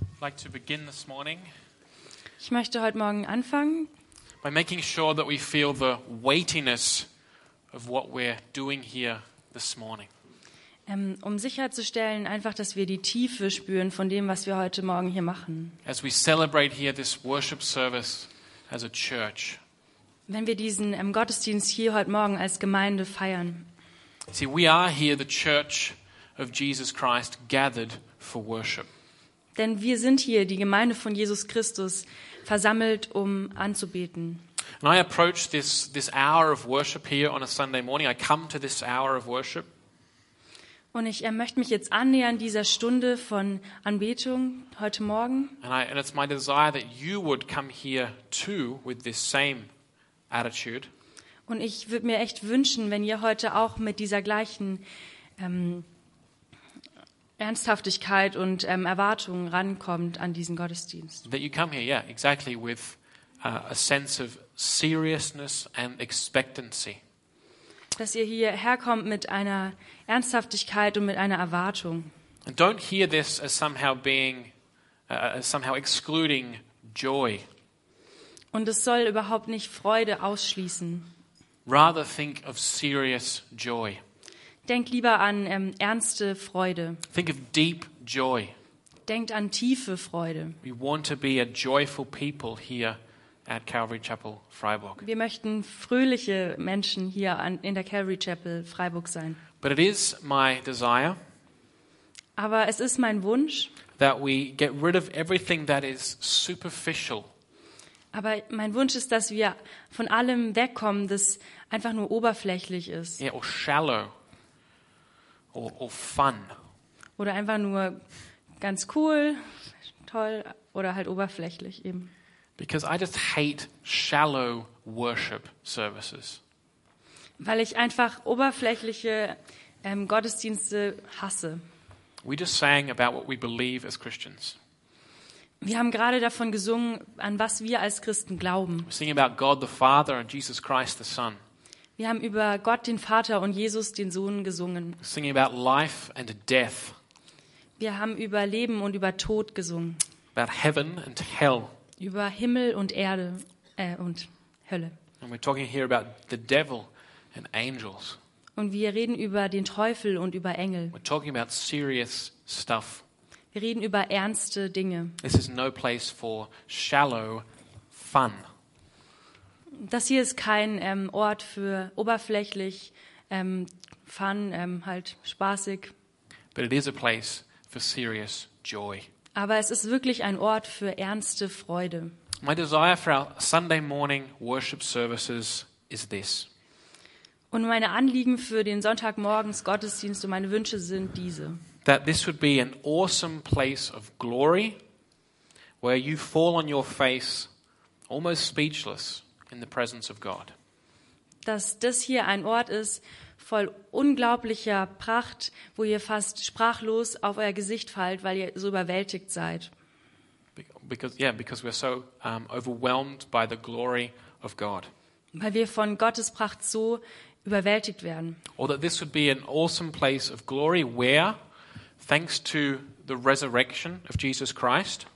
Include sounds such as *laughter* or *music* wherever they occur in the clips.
I'd like to begin this morning Ich möchte heute Morgen anfangen, by making sure that we feel the weightiness of what we're doing here this morning. ähm, um sicherzustellen, einfach, dass wir die Tiefe spüren von dem, was wir heute Morgen hier machen. As we celebrate here this worship service as a church. Wenn wir diesen ähm, Gottesdienst hier heute Morgen als Gemeinde feiern. See, we are here, the church of Jesus Christ, gathered for worship. Denn wir sind hier, die Gemeinde von Jesus Christus, versammelt, um anzubeten. And I approach this, this hour of worship here on a Sunday morning. I come to this hour of worship Und ich äh, möchte mich jetzt annähern dieser Stunde von Anbetung heute Morgen. And, I, and it's my desire that you would come here too with this same attitude, Und ich würde mir echt wünschen, wenn ihr heute auch mit dieser gleichen ähm, Ernsthaftigkeit und ähm, Erwartung rankommt an diesen Gottesdienst. that you come here, yeah, exactly, with uh, a sense of seriousness and expectancy. Dass ihr hierher kommt mit einer Ernsthaftigkeit und mit einer Erwartung. And don't hear this as somehow being, uh, as somehow excluding joy. Und es soll überhaupt nicht Freude ausschließen. Rather, think of serious joy. Denkt lieber an ähm, ernste Freude. Think of deep joy. Denkt an tiefe Freude. We want to be a joyful people here at Calvary Chapel, Freiburg. Wir möchten fröhliche Menschen hier an, in der Calvary Chapel Freiburg sein. But it is my desire Aber es ist mein Wunsch, that we get rid of everything that is superficial Aber mein Wunsch ist, dass wir von allem wegkommen, das einfach nur oberflächlich ist yeah, or shallow or, or fun. oder einfach nur ganz cool, toll oder halt oberflächlich eben. Because I just hate shallow worship services. Weil ich einfach oberflächliche ähm, Gottesdienste hasse. We just sang about what we believe as Christians. Wir haben gerade davon gesungen, an was wir als Christen glauben. We're singing about God the Father and Jesus Christ the Son. Wir haben über Gott den Vater und Jesus den Sohn gesungen. We're singing about life and death, Wir haben über Leben und über Tod gesungen, about heaven and hell. über Himmel und Erde äh, und Hölle. And we're talking here about the devil and angels. Und wir reden über den Teufel und über Engel. We're talking about serious stuff. Wir reden über ernste Dinge. This is no place for shallow fun. Das hier ist kein ähm, Ort für oberflächlich, ähm, fun, ähm, halt spaßig. but it is a place for serious joy. Aber es ist wirklich ein Ort für ernste Freude. My desire for our Sunday morning worship services is this Und meine Anliegen für den Sonntagmorgens Gottesdienst und meine Wünsche sind diese. that this would be an awesome place of glory where you fall on your face almost speechless in the presence of God. Dass das hier ein Ort ist voll unglaublicher Pracht, wo ihr fast sprachlos auf euer Gesicht fallt, weil ihr so überwältigt seid. Be- Because, yeah, because we're so um, overwhelmed by the glory of God. Weil wir von Gottes Pracht so überwältigt werden. Or that this would be an awesome place of glory where, thanks to the resurrection of Jesus Christ,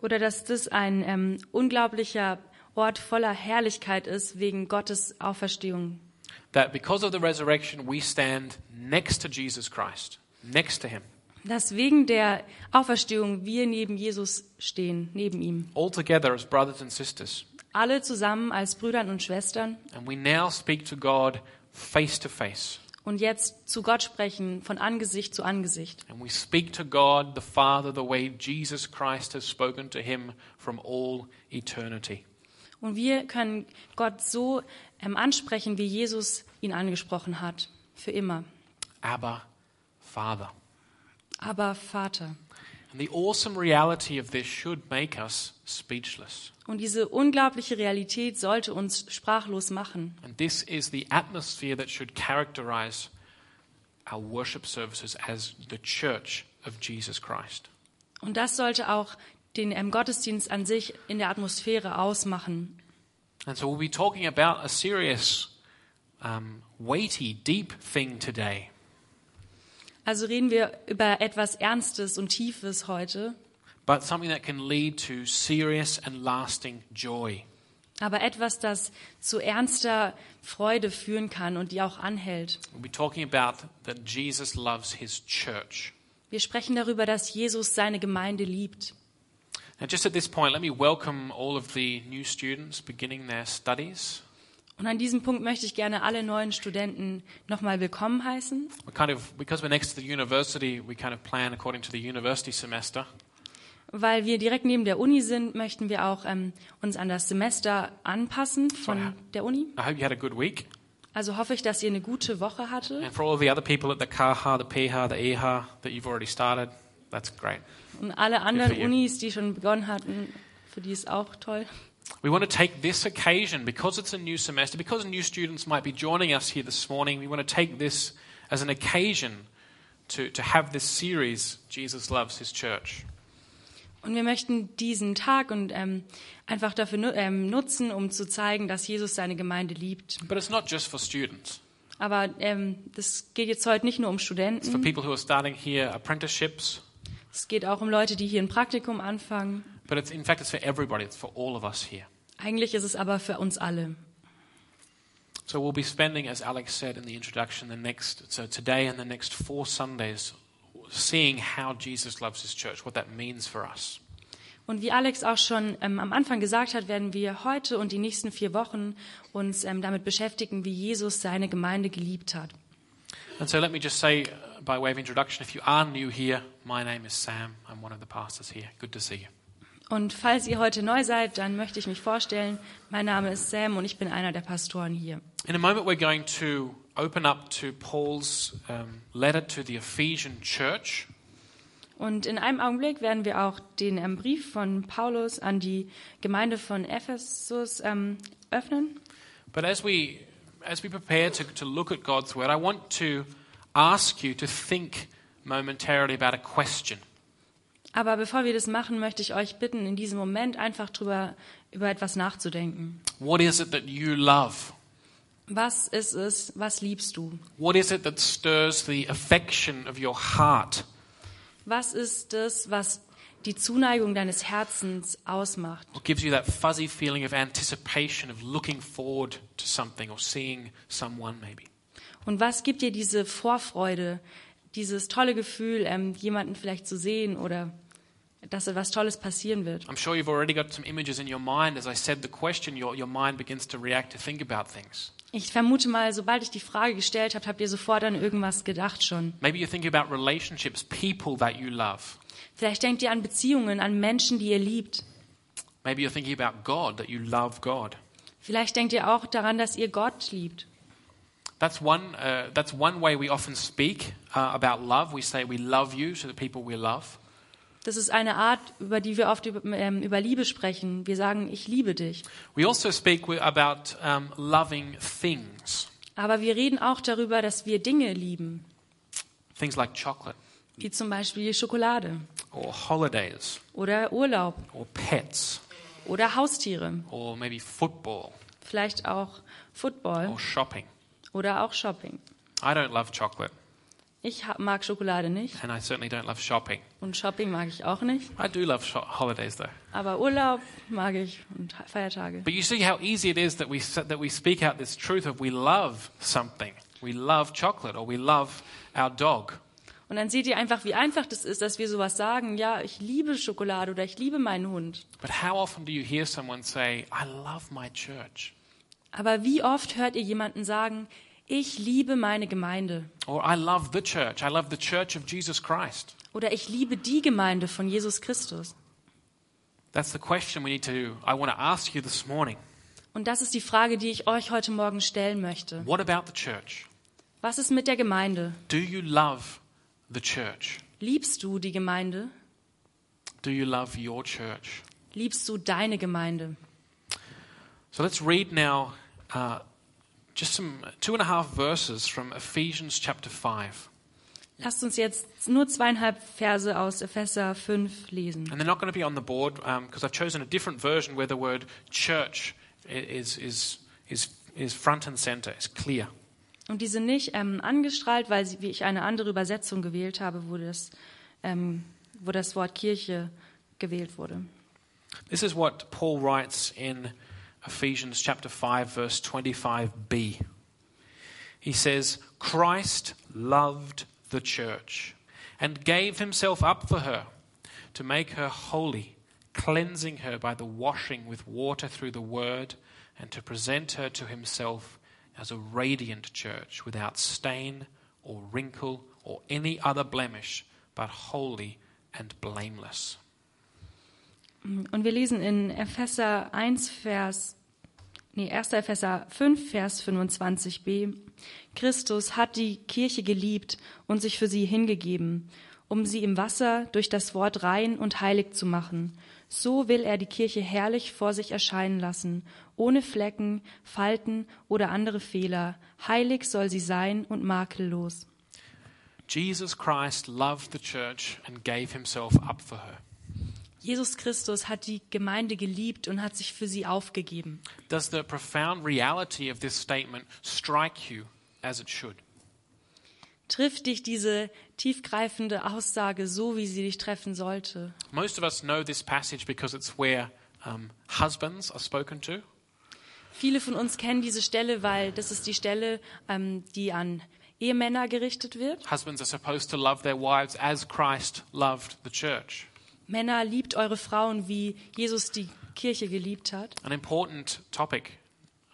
Oder dass das ein ähm, unglaublicher Ort voller Herrlichkeit ist wegen Gottes Auferstehung. that because of the resurrection, we stand next to Jesus Christ, next to him, Dass wegen der Auferstehung wir neben Jesus stehen, neben ihm. all together as brothers and sisters. Alle zusammen als Brüdern und Schwestern And we now speak to God face to face. und jetzt zu Gott sprechen, von Angesicht zu Angesicht. And we speak to God the Father the way Jesus Christ has spoken to him from all eternity. Und wir können Gott so ähm, ansprechen, wie Jesus ihn angesprochen hat. Für immer. Abba, Father. Aber Vater. And the awesome reality of this should make us speechless. Und diese unglaubliche Realität sollte uns sprachlos machen. And this is the atmosphere that should characterize our worship services as the church of Jesus Christ. Und das sollte auch den ähm, Gottesdienst an sich in der Atmosphäre ausmachen. And so we'll be talking about a serious, um, weighty, deep thing today. Also reden wir über etwas Ernstes und Tiefes heute, but something that can lead to serious and lasting joy. aber etwas, das zu ernster Freude führen kann und die auch anhält. We'll be talking about that Jesus loves his church. Wir sprechen darüber, dass Jesus seine Gemeinde liebt. Now, just at this point, let me welcome all of the new students beginning their studies. Und an diesem Punkt möchte ich gerne alle neuen Studenten nochmal willkommen heißen. We kind of, because we're next to the university, we kind of plan according to the university semester. Weil wir direkt neben der Uni sind, möchten wir auch ähm, uns an das Semester anpassen Vorher. von der Uni. I hope you had a good week. Also hoffe ich, dass ihr eine gute Woche hattet. And for all the other people at the Kaha, the PH, the EHA that you've already started, that's great. Und alle anderen ihr. Unis, die schon begonnen hatten, für die ist auch toll. We want to take this occasion, because it's a new semester, because new students might be joining us here this morning, we want to take this as an occasion to, to have this series, Jesus Loves His Church. Und wir möchten diesen Tag und ähm, einfach dafür nu ähm, nutzen, um zu zeigen, dass Jesus seine Gemeinde liebt. But it's not just for students. Aber ähm, das geht jetzt heute nicht nur um It's for Studenten, people who are starting here apprenticeships, es geht auch um Leute, die hier ein Praktikum anfangen. but it's, in fact, it's for everybody. It's for all of us here. Eigentlich ist es aber für uns alle. So we'll be spending, as Alex said in the introduction, the next, so today and the next four Sundays, seeing how Jesus loves his church, what that means for us. Und wie Alex auch schon ähm, am Anfang gesagt hat, werden wir heute und die nächsten vier Wochen uns ähm, damit beschäftigen, wie Jesus seine Gemeinde geliebt hat. And so let me just say, uh, by way of introduction, if you are new here, my name is Sam. I'm one of the pastors here. Good to see you. Und falls ihr heute neu seid, dann möchte ich mich vorstellen. Mein Name ist Sam und ich bin einer der Pastoren hier. In a moment, we're going to open up to Paul's um, letter to the Ephesian church. Und in einem Augenblick werden wir auch den ähm, Brief von Paulus an die Gemeinde von Ephesus ähm, öffnen. But as we as we prepare to, to look at God's word, I want to ask you to think momentarily about a question. Aber bevor wir das machen, möchte ich euch bitten, in diesem Moment einfach drüber, über etwas nachzudenken. What is it that you love? Was ist es? Was liebst du? What is it that stirs the affection of your heart? Was ist es, was die Zuneigung deines Herzens ausmacht? What gives you that fuzzy feeling of anticipation, of looking forward to something or seeing someone maybe? Und was gibt dir diese Vorfreude, dieses tolle Gefühl, ähm, jemanden vielleicht zu sehen oder dass etwas Tolles passieren wird? I'm sure you've already got some images in your mind. As I said the question, your, your mind begins to react to think about things. Ich vermute mal, sobald ich die Frage gestellt habe, habt ihr sofort an irgendwas gedacht schon. Maybe you're thinking about relationships, people that you love. Vielleicht denkt ihr an Beziehungen, an Menschen, die ihr liebt. Maybe you're thinking about God, that you love God. Vielleicht denkt ihr auch daran, dass ihr Gott liebt. That's one, uh, that's one way we often speak uh, about love. We say we love you to the people we love. Das ist eine Art, über die wir oft über, ähm, über Liebe sprechen. Wir sagen, ich liebe dich. We also speak wi- about um, loving things, Aber wir reden auch darüber, dass wir Dinge lieben, things like chocolate wie zum Beispiel Schokolade or holidays oder Urlaub or pets oder Haustiere. or maybe football vielleicht auch Football or shopping. oder auch Shopping. I don't love chocolate Ich ha- mag Schokolade nicht and I certainly don't love shopping. und Shopping mag ich auch nicht, I do love sho- holidays though. aber Urlaub mag ich und Ha- Feiertage. But you see how easy it is that we, s- that we speak out this truth of we love something. We love chocolate or we love our dog. Und dann seht ihr einfach, wie einfach das ist, dass wir sowas sagen, ja, ich liebe Schokolade oder ich liebe meinen Hund. But how often do you hear someone say, I love my church? Aber wie oft hört ihr jemanden sagen, ich liebe meine Gemeinde Or I love the church. I love the church of Jesus Christ. oder ich liebe die Gemeinde von Jesus Christus? That's the question we need to, I want to ask you this morning. Und das ist die Frage, die ich euch heute Morgen stellen möchte. What about the church? Was ist mit der Gemeinde? Do you love the church? Liebst du die Gemeinde? Do you love your church? Liebst du deine Gemeinde? So let's read now uh, just some two and a half verses from Ephesians chapter 5. Lasst uns jetzt nur zweieinhalb Verse aus Epheser 5 lesen. And they're not going to be on the board because I've chosen a different version where the word church i- is, is, is, is front and center, it's clear. Und die sind nicht ähm, angestrahlt, weil sie, wie ich eine andere Übersetzung gewählt habe, wo das, ähm, wo das Wort Kirche gewählt wurde. This is what Paul writes in Ephesians chapter 5 verse 25b. He says, "Christ loved the church and gave himself up for her to make her holy, cleansing her by the washing with water through the word, and to present her to himself as a radiant church without stain or wrinkle or any other blemish, but holy and blameless." Und wir lesen in Epheser 1, Vers, nee, 1. Epheser 5, Vers 25b. Christus hat die Kirche geliebt und sich für sie hingegeben, um sie im Wasser durch das Wort rein und heilig zu machen. So will er die Kirche herrlich vor sich erscheinen lassen, ohne Flecken, Falten oder andere Fehler. Heilig soll sie sein und makellos. Jesus Christ loved the church and gave himself up for her. Jesus Christus hat die Gemeinde geliebt und hat sich für sie aufgegeben. Does the profound reality of this statement strike you as it should? Trifft dich diese tiefgreifende Aussage so, wie sie dich treffen sollte? Most of us know this passage because it's where um, husbands are spoken to. Viele von uns kennen diese Stelle, weil das ist die Stelle, ähm, die an Ehemänner gerichtet wird. Husbands are supposed to love their wives as Christ loved the church. Männer, liebt eure Frauen, wie Jesus die Kirche geliebt hat. An important topic,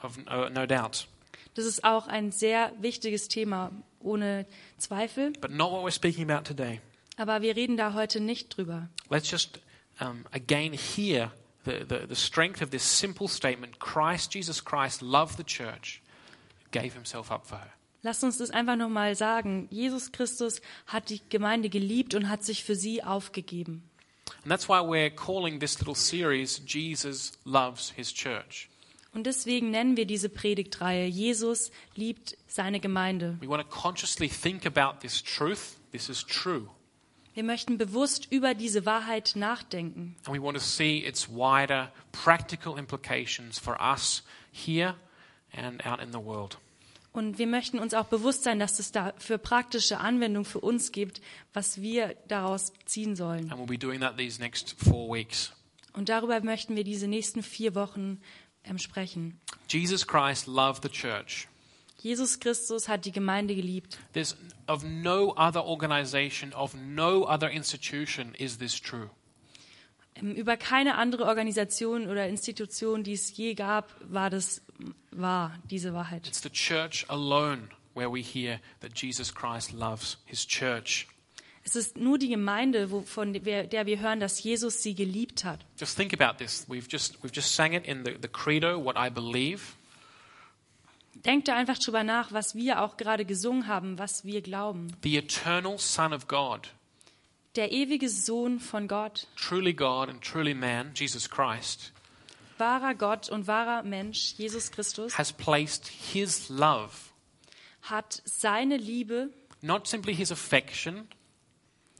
of uh, no doubt, Das ist auch ein sehr wichtiges Thema, ohne Zweifel. but not what we're speaking about today. Aber wir reden da heute nicht drüber. Let's just um, again hear the, the, the strength of this simple statement Christ, Jesus Christ, loved the church, gave himself up for her. Lasst uns das einfach nochmal sagen. Jesus Christus hat die Gemeinde geliebt und hat sich für sie aufgegeben. And that's why we're calling this little series Jesus Loves His Church. Und deswegen nennen wir diese Predigtreihe Jesus liebt seine Gemeinde. We want to consciously think about this truth. This is true. Wir möchten bewusst über diese Wahrheit nachdenken. And we want to see its wider practical implications for us here and out in the world. Und wir möchten uns auch bewusst sein, dass es dafür praktische Anwendung für uns gibt, was wir daraus ziehen sollen. And we'll be doing that these next four weeks. Und darüber möchten wir diese nächsten vier Wochen ähm, sprechen. Jesus Christ loved the church. Jesus Christus hat die Gemeinde geliebt. There's of no other organization, of no other institution is this true. Ähm, über keine andere Organisation oder Institution, die es je gab, war das wahr, diese Wahrheit. It's the church alone where we hear that Jesus Christ loves his church. Es ist nur die Gemeinde, wo, von der, der wir hören, dass Jesus sie geliebt hat. Just think about this. We've just, we've just sang it in the, the credo, what I believe. Denkt da einfach drüber nach, was wir auch gerade gesungen haben, was wir glauben. The eternal Son of God, Der ewige Sohn von Gott, truly God and truly man, Jesus Christ, wahrer Gott und wahrer Mensch, Jesus Christus, has placed his love, hat seine Liebe, not simply his affection,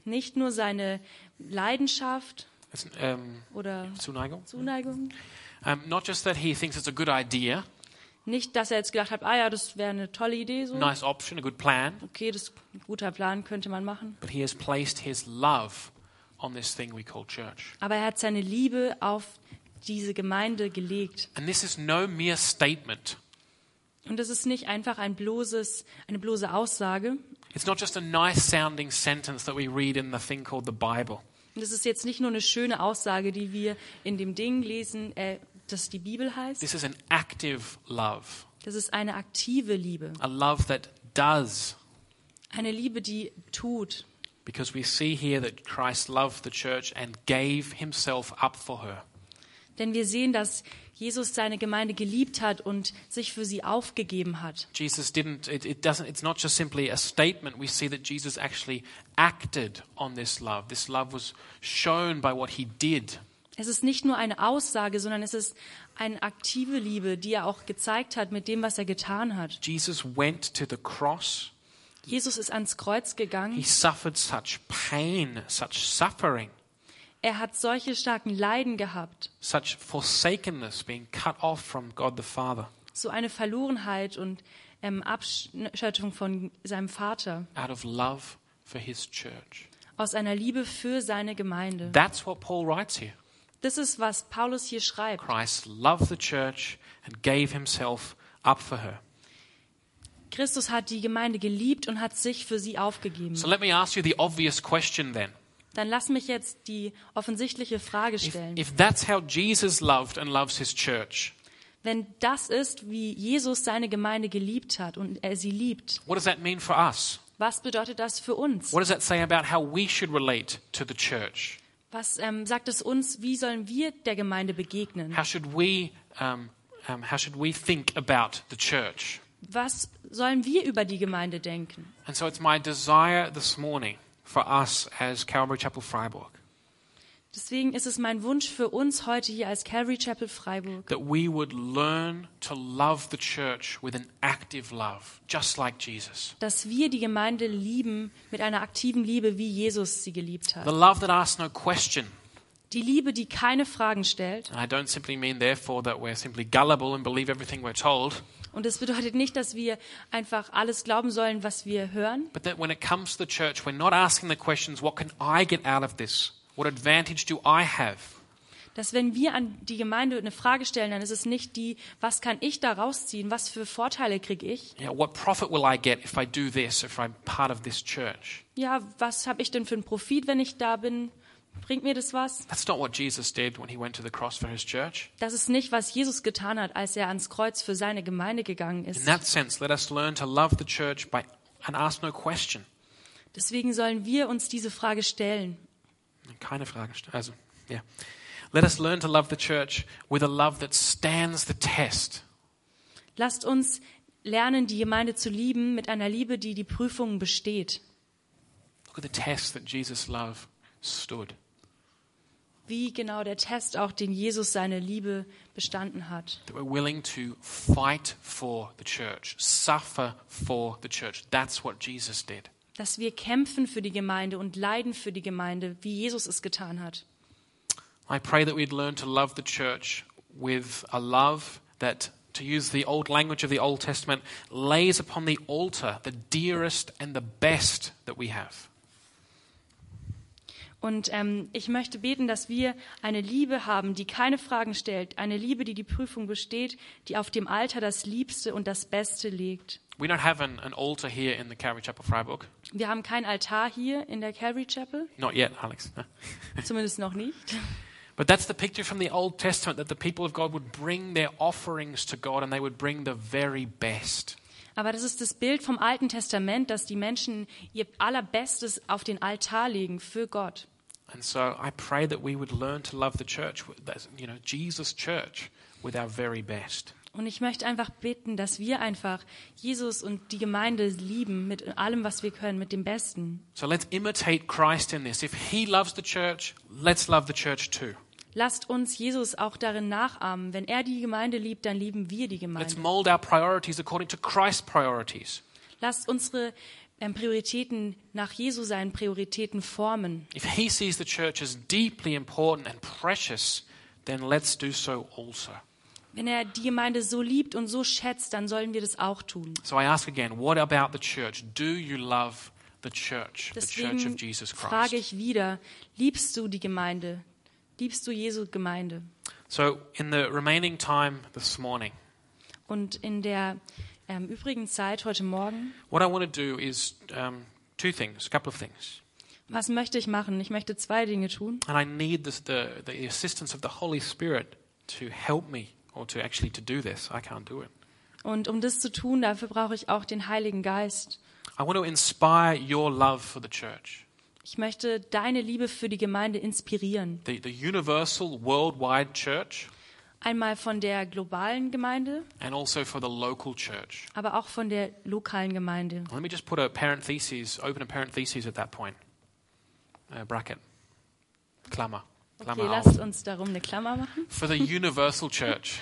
nicht nur seine Leidenschaft it's, um, oder Zuneigung? Zuneigung, Um, not just that he thinks it's a good idea, nicht, dass er jetzt gedacht hat, ah ja, das wäre eine tolle Idee so. nice option, a good plan, Okay, das ist ein guter Plan, könnte man machen. but he has placed his love on this thing we call church. Aber er hat seine Liebe auf diese Gemeinde gelegt. And this is no mere statement. Und das ist nicht einfach ein bloßes, eine bloße Aussage. It's not just a nice sounding sentence that we read in the thing called the Bible. Und das ist jetzt nicht nur eine schöne Aussage, die wir in dem Ding lesen, äh, das die Bibel heißt. This is an active love, Das ist eine aktive Liebe. a love that does, Eine Liebe, die tut. because we see here that Christ loved the church and gave himself up for her. Denn wir sehen, dass Jesus seine Gemeinde geliebt hat und sich für sie aufgegeben hat. Jesus didn't, it, it doesn't, it's not just simply a statement. We see that Jesus actually acted on this love. This love was shown by what he did. Es ist nicht nur eine Aussage, sondern es ist eine aktive Liebe, die er auch gezeigt hat mit dem, was er getan hat. Jesus went to the cross. Jesus ist ans Kreuz He gegangen. suffered such pain, such suffering, Er hat solche starken Leiden gehabt, such forsakenness, being cut off from God the Father. so eine Verlorenheit und ähm, Abschottung von seinem Vater, out of love for his church. aus einer Liebe für seine Gemeinde. That's what Paul writes here. Das ist, was Paulus hier schreibt. Christ loved the church and gave himself up for her. Christus hat die Gemeinde geliebt und hat sich für sie aufgegeben. So let me ask you the obvious question then. Dann lass mich jetzt die offensichtliche Frage If, stellen. if that's how Jesus loved and loves his church, Wenn das ist, wie Jesus seine Gemeinde geliebt hat und er sie liebt, what does that mean for us? was bedeutet das für uns? What does that say about how we should relate to the church? Was ähm, sagt es uns, wie sollen wir der Gemeinde begegnen? How should we, um, um, how should we think about the church? Was sollen wir über die Gemeinde denken? And so it's my desire this morning for us as Calvary Chapel Freiburg Deswegen ist es mein Wunsch für uns heute hier als Calvary Chapel Freiburg, that we would learn to love the church with an active love, just like Jesus. dass wir die Gemeinde lieben mit einer aktiven Liebe, wie Jesus sie geliebt The hat. love that asks no question. Die Liebe, die keine Fragen stellt. And I don't simply mean, therefore, that we're simply gullible and believe everything we're told, Und das bedeutet nicht, dass wir einfach alles glauben sollen, was wir hören, but that when it comes to the church, we're not asking the questions, what can I get out of this? What advantage do I have? dass wenn wir an die Gemeinde eine Frage stellen, dann ist es nicht die, was kann ich da rausziehen, was für Vorteile kriege ich, You know, what profit will I get if I do this, if I'm part of this church? ja, was habe ich denn für einen Profit, wenn ich da bin, bringt mir das was? That's not what Jesus did when he went to the cross for his church. Das ist nicht, was Jesus getan hat, als er ans Kreuz für seine Gemeinde gegangen In ist. that sense, let us learn to love the church by and ask no question. Deswegen sollen wir uns diese Frage stellen. Keine Frage. st- Also, yeah. Let us learn to love the church with a love that stands the test. Lasst uns lernen, die Gemeinde zu lieben mit einer Liebe, die die Prüfungen besteht. Look at the test that Jesus' love stood. Wie genau der Test auch, den Jesus seine Liebe bestanden hat. That we're willing to fight for the church, suffer for the church. That's what Jesus did. dass wir kämpfen für die Gemeinde und leiden für die Gemeinde, wie Jesus es getan hat. I pray that we'd learn to love the church with a love that, to use the old language of the Old Testament, lays upon the altar the dearest and the best that we have. Und ähm, ich möchte beten, dass wir eine Liebe haben, die keine Fragen stellt, eine Liebe, die die Prüfung besteht, die auf dem Alter das Liebste und das Beste legt. We don't have an, an altar here in the Calvary Chapel Freiburg. Wir haben kein Altar hier in der Calvary Chapel, Not yet, Alex. *laughs* No. zumindest noch nicht. But that's the picture from the Old Testament that the people of God would bring their offerings to God and they would bring the very best. Aber das ist das Bild vom Alten Testament, dass die Menschen ihr allerbestes auf den Altar legen für Gott. And so I pray that we would learn to love the church, with- that's, you know, Jesus' church, with our very best. Und ich möchte einfach bitten, dass wir einfach Jesus und die Gemeinde lieben mit allem, was wir können, mit dem Besten. So let's imitate Christ in this. If he loves the church, let's love the church too. Lasst uns Jesus auch darin nachahmen. Wenn er die Gemeinde liebt, dann lieben wir die Let's Gemeinde. mold our priorities according to Christ's priorities. Lasst unsere ähm, Prioritäten nach Jesu seinen Prioritäten formen. If he sees the church as deeply important and precious, then let's do so also. Wenn er die Gemeinde so liebt und so schätzt, dann sollen wir das auch tun. So I ask again, what about the church? Do you love the church, the church of Deswegen Jesus Christ? frage ich wieder, liebst du die Gemeinde? Liebst du Jesu Gemeinde? So in the remaining time this morning, Und in der ähm, übrigen Zeit heute Morgen what I want to do is um, two things, a couple of things. Was möchte ich machen? Ich möchte zwei Dinge tun. And I need this, the, the assistance of the Holy Spirit to help me or to actually to do this. I can't do it. Und um das zu tun, dafür brauche ich auch den Heiligen Geist. I want to inspire your love for the church, Ich möchte deine Liebe für die Gemeinde inspirieren. the, the universal worldwide church, Einmal von der globalen Gemeinde, and also for the local church. aber auch von der lokalen Gemeinde. Let me just put a parenthesis, open a parenthesis at that point. Uh, bracket. Klammer. Klammer Okay, auf. *laughs* lasst uns darum eine Klammer machen. For the universal church.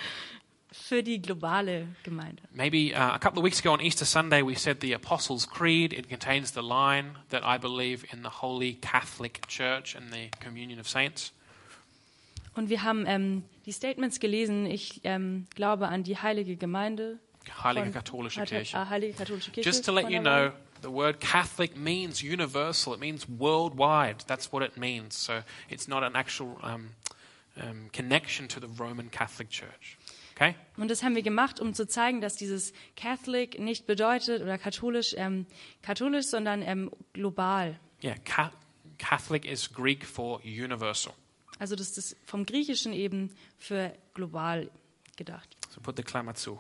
Für die globale Gemeinde. Maybe uh, a couple of weeks ago on Easter Sunday, we said the Apostles' Creed. It contains the line that I believe in the Holy Catholic Church and the communion of saints. Und wir haben ähm, die Statements gelesen. Ich ähm, glaube an die heilige Gemeinde. Heilige von- katholische hat- Kirche. Ah, Heilige katholische Kirche. Just to let von you der Wahl. know, the word Catholic means universal. It means worldwide. That's what it means. So it's not an actual um, um, connection to the Roman Catholic Church. Okay? Und das haben wir gemacht, um zu zeigen, dass dieses Catholic nicht bedeutet oder katholisch, ähm, katholisch, sondern ähm, global. Yeah, ca- Catholic is Greek for universal. Also das ist vom Griechischen eben für global gedacht. So put the Klammer zu.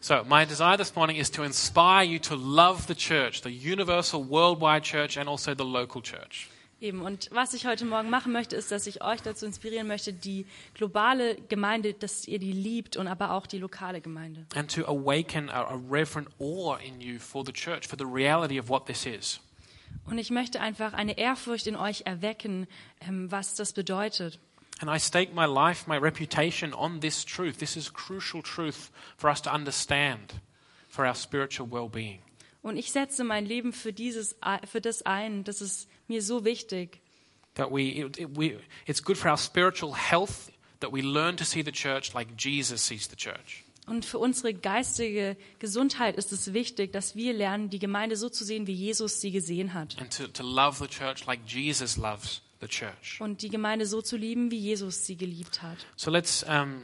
So, my desire this morning is to inspire you to love the church, the universal worldwide church, and also the local church. Eben. Und was ich heute Morgen machen möchte, ist, dass ich euch dazu inspirieren möchte, die globale Gemeinde, dass ihr die liebt und aber auch die lokale Gemeinde. and to awaken a, a reverent awe in you for the church, for the reality of what this is. Und ich möchte einfach eine Ehrfurcht in euch erwecken, ähm, was das bedeutet. And I stake my life, my reputation on this truth. This is crucial truth for us to understand for our spiritual well being. Und ich setze mein Leben für dieses, äh, für das ein. Das ist mir so wichtig. That we, it, it- we, it's good for our spiritual health that we learn to see the church like Jesus sees the church. Und für unsere geistige Gesundheit ist es wichtig, dass wir lernen, die Gemeinde so zu sehen, wie Jesus sie gesehen hat. And to, to love the church like Jesus loves the church. Und die Gemeinde so zu lieben, wie Jesus sie geliebt hat. So let's, um,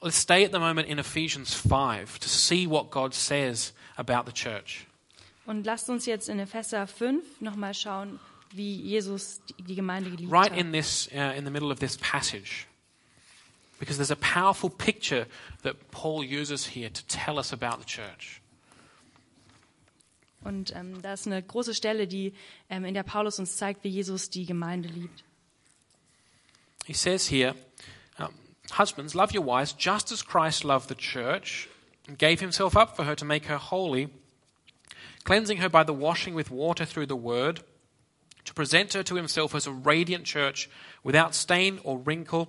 let's stay at the moment in Ephesians 5 to see what God says about the church. Und lasst uns jetzt in Epheser 5 nochmal schauen, wie Jesus die- die Gemeinde geliebt right hat. in this uh, in the middle of this passage because there's a powerful picture that paul uses here to tell us about the church Und ähm, da ist eine große Stelle, die ähm, in der Paulus uns zeigt, wie Jesus die Gemeinde liebt. he says here um, husbands love your wives just as christ loved the church and gave himself up for her to make her holy cleansing her by the washing with water through the word to present her to himself as a radiant church without stain or wrinkle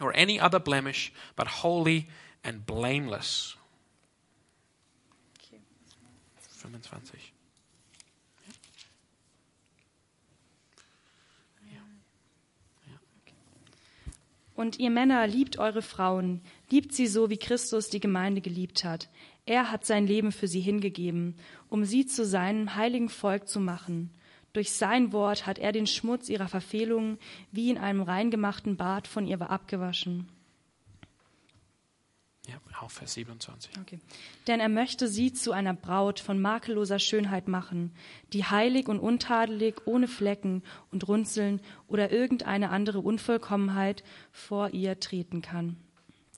or any other blemish but holy and blameless 25. Und ihr Männer liebt eure Frauen, liebt sie so, wie Christus die Gemeinde geliebt hat. Er hat sein Leben für sie hingegeben, um sie zu seinem heiligen Volk zu machen. Durch sein Wort hat er den Schmutz ihrer Verfehlungen wie in einem reingemachten Bad von ihr abgewaschen. Ja, auch Vers 27. Okay. Denn er möchte sie zu einer Braut von makelloser Schönheit machen, die heilig und untadelig, ohne Flecken und Runzeln oder irgendeine andere Unvollkommenheit vor ihr treten kann.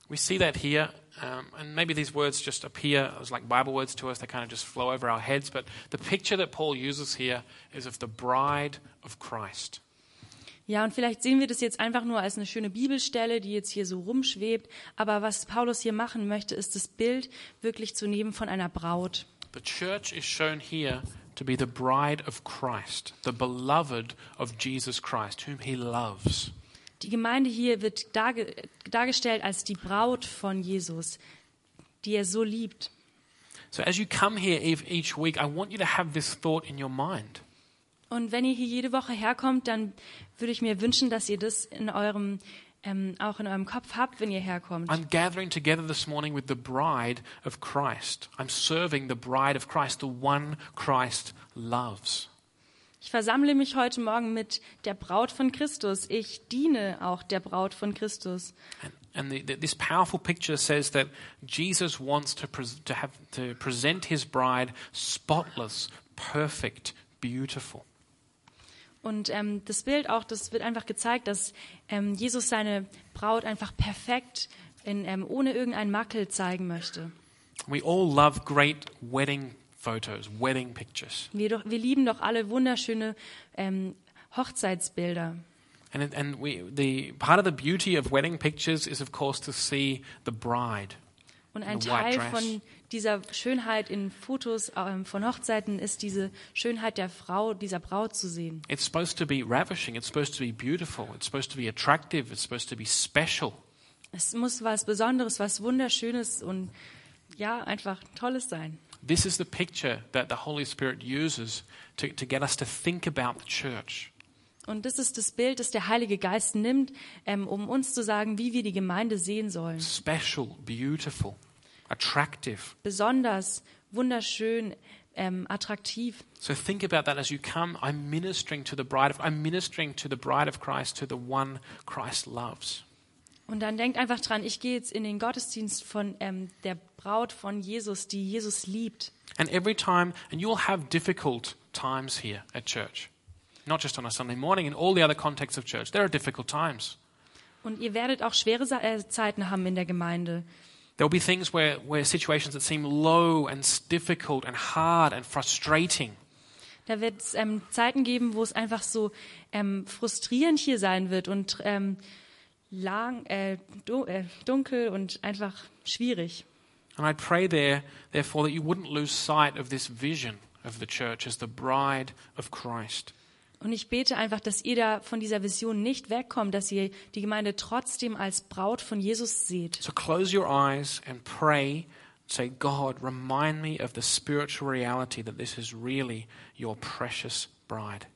We see that here, um, and maybe these words just appear as like Bible words to us, they kind of just flow over our heads, but the picture that Paul uses here is of the bride of Christ. Ja, und vielleicht sehen wir das jetzt einfach nur als eine schöne Bibelstelle, die jetzt hier so rumschwebt. Aber was Paulus hier machen möchte, ist das Bild wirklich zu nehmen von einer Braut. The church is shown here to be the bride of Christ, the beloved of Jesus Christ, whom he loves. Die Gemeinde hier wird darge dargestellt als die Braut von Jesus, die er so liebt. So as you come here eve- each week, I want you to have this thought in your mind. Und wenn ihr hier jede Woche herkommt, dann würde ich mir wünschen, dass ihr das in eurem, ähm, auch in eurem Kopf habt, wenn ihr herkommt. I'm gathering together this morning with the bride of Christ. I'm serving the bride of Christ, the one Christ loves. Ich versammle mich heute Morgen mit der Braut von Christus. Ich diene auch der Braut von Christus. And, and the, the, this powerful picture says that Jesus wants to, pres to, have, to present his bride spotless, perfect, beautiful. Und ähm, das Bild auch, das wird einfach gezeigt, dass ähm, Jesus seine Braut einfach perfekt, in, ähm, ohne irgendeinen Makel zeigen möchte. We all love great wedding photos, wedding pictures. Wir, doch, wir lieben doch alle wunderschöne ähm, Hochzeitsbilder. And, it- and we, the, part of the beauty of wedding pictures is, of course, to see the bride. Und ein The white Teil dress. von dieser Schönheit in Fotos ähm, von Hochzeiten ist diese Schönheit der Frau, dieser Braut zu sehen. It's supposed to be ravishing. It's supposed to be beautiful. It's supposed to be attractive. It's supposed to be special. Es muss was Besonderes, was Wunderschönes und ja, einfach Tolles sein. This is the picture that the Holy Spirit uses to, to get us to think about the church. Und das ist das Bild, das der Heilige Geist nimmt, ähm, um uns zu sagen, wie wir die Gemeinde sehen sollen. special, beautiful, attractive. Besonders, wunderschön, ähm, attraktiv. So think about that as you come. I'm ministering to the bride of I'm ministering to the bride of Christ, to the one Christ loves. Und dann denkt einfach dran, ich gehe jetzt in den Gottesdienst von ähm, der Braut von Jesus, die Jesus liebt. And every time, and you'll have difficult times here at church. Not just on a Sunday morning, in all the other contexts of church. There are difficult times. Und ihr werdet auch schwere Sa- äh, Zeiten haben in der Gemeinde. There will be things where, where situations that seem low and s- difficult and hard and frustrating. Da wird es ähm, Zeiten geben, wo es einfach so ähm, frustrierend hier sein wird und ähm, lang, äh, du, äh, dunkel und einfach schwierig. And I pray there, therefore, that you wouldn't lose sight of this vision of the church as the bride of Christ. Und ich bete einfach, dass ihr da von dieser Vision nicht wegkommt, dass ihr die Gemeinde trotzdem als Braut von Jesus seht. So close your eyes and pray. Say, God, remind me of the spiritual reality that this is really your precious bride.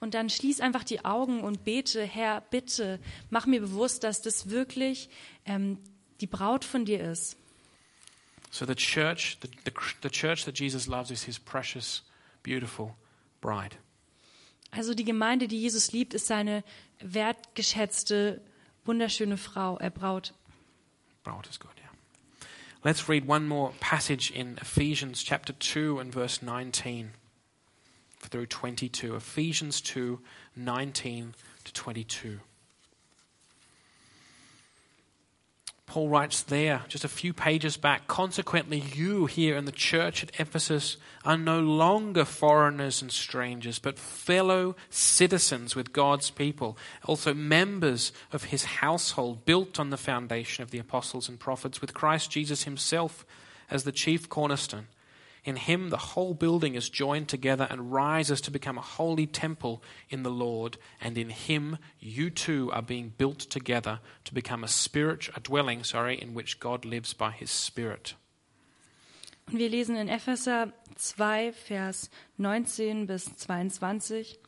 Und dann schließ einfach die Augen und bete, Herr, bitte, mach mir bewusst, dass das wirklich ähm, die Braut von dir ist. So the church, the, the, cr- the church that Jesus loves is his precious, beautiful bride. Also die Gemeinde, die Jesus liebt, ist seine wertgeschätzte, wunderschöne Frau, äh, Braut. Braut is good, yeah. Let's read one more passage in Ephesians chapter 2 and verse 19 through 22. Ephesians 2, 19 to 22. Paul writes there, just a few pages back, consequently, you here in the church at Ephesus are no longer foreigners and strangers, but fellow citizens with God's people, also members of his household, built on the foundation of the apostles and prophets, with Christ Jesus himself as the chief cornerstone. In him, the whole building is joined together and rises to become a holy temple in the Lord. And in him, you too are being built together to become a spirit, a dwelling, sorry, in which God lives by his Spirit. Und wir lesen in Epheser 2, Vers 19 bis 22.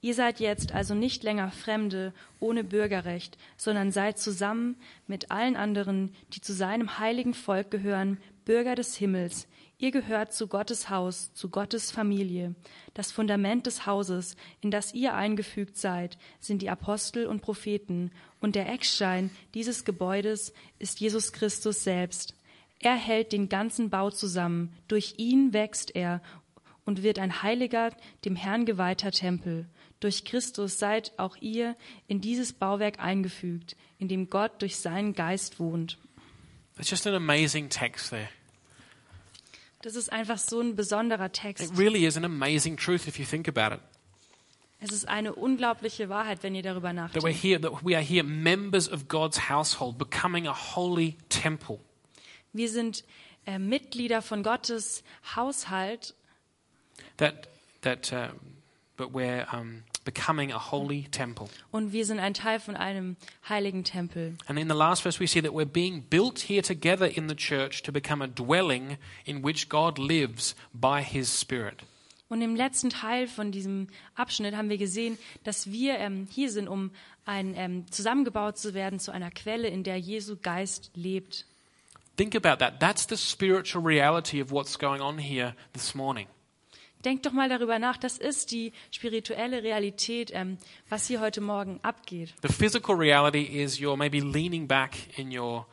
Ihr seid jetzt also nicht länger Fremde ohne Bürgerrecht, sondern seid zusammen mit allen anderen, die zu seinem heiligen Volk gehören, Bürger des Himmels. Ihr gehört zu Gottes Haus, zu Gottes Familie. Das Fundament des Hauses, in das ihr eingefügt seid, sind die Apostel und Propheten, und der Eckstein dieses Gebäudes ist Jesus Christus selbst. Er hält den ganzen Bau zusammen, durch ihn wächst er und wird ein heiliger, dem Herrn geweihter Tempel. Durch Christus seid auch ihr in dieses Bauwerk eingefügt, in dem Gott durch seinen Geist wohnt. It's just an amazing text there. Das ist einfach so ein besonderer It Text. really is an amazing truth if you think about it. Es ist eine unglaubliche Wahrheit, wenn ihr darüber That we're nachdenkt. here, that we are here members of God's household, becoming a holy temple. Wir sind äh, Mitglieder von Gottes Haushalt, That, that, uh, but we're um, becoming a holy temple. und wir sind ein Teil von einem heiligen Tempel. And in the last verse, we see that we're being built here together in the church to become a dwelling in which God lives by his Spirit. Und im letzten Teil von diesem Abschnitt haben wir gesehen, dass wir ähm, hier sind, um ein, ähm, zusammengebaut zu werden zu einer Quelle, in der Jesu Geist lebt. Think about that. That's the spiritual reality of what's going on here this morning. Denkt doch mal darüber nach, das ist die spirituelle Realität, ähm, was hier heute Morgen abgeht. The physical reality is you're maybe leaning back in your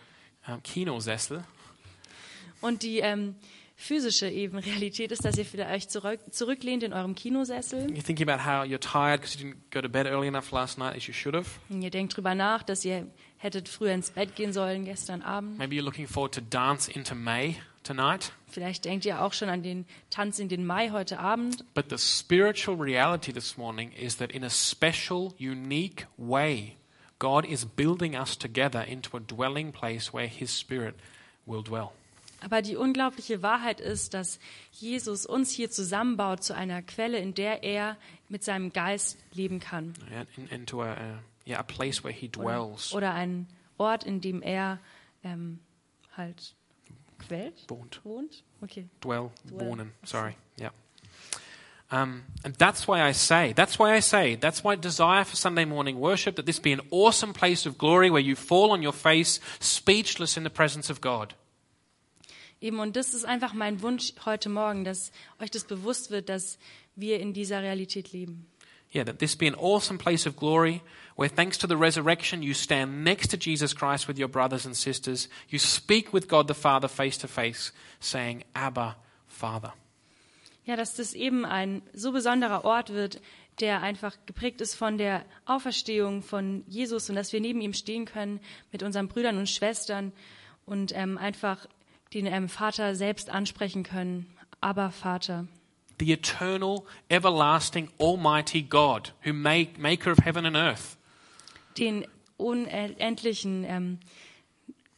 um, Kinosessel, Und die ähm, physische eben Realität ist, dass ihr vielleicht zurück, zurücklehnt in eurem Kinosessel you're thinking about how you're tired because you didn't go to bed early enough last night as you should have. und ihr denkt drüber nach, dass ihr hättet früher ins Bett gehen sollen gestern Abend. Maybe you're looking forward to dance into May tonight. Vielleicht denkt ihr auch schon an den Tanz in den Mai heute Abend. But the spiritual reality this morning is that in a special, unique way, God is building us together into a dwelling place where His Spirit will dwell. Aber die unglaubliche Wahrheit ist, dass Jesus uns hier zusammenbaut zu einer Quelle, in der er mit seinem Geist leben kann. And in- into a, uh, yeah, a place where He dwells. Oder einen Ort, in dem er ähm, halt quält, Born. wohnt. Okay. Dwell. Dwell. Born in. Sorry. Yeah. Um, and that's why I say, that's why I say, that's why desire for Sunday morning worship, that this be an awesome place of glory where you fall on your face, speechless in the presence of God. Eben, und das ist einfach mein Wunsch heute Morgen, dass euch das bewusst wird, dass wir in dieser Realität leben. Yeah, that this be an awesome place of glory where, thanks to the resurrection, you stand next to Jesus Christ with your brothers and sisters. You speak with God the Father face to face, saying, Abba, Father. Ja, dass das eben ein so besonderer Ort wird, der einfach geprägt ist von der Auferstehung von Jesus und dass wir neben ihm stehen können mit unseren Brüdern und Schwestern und ähm, einfach den ähm, Vater selbst ansprechen können. Aber Vater, The eternal, everlasting, almighty God, who made, maker of heaven and earth. den unendlichen, ähm,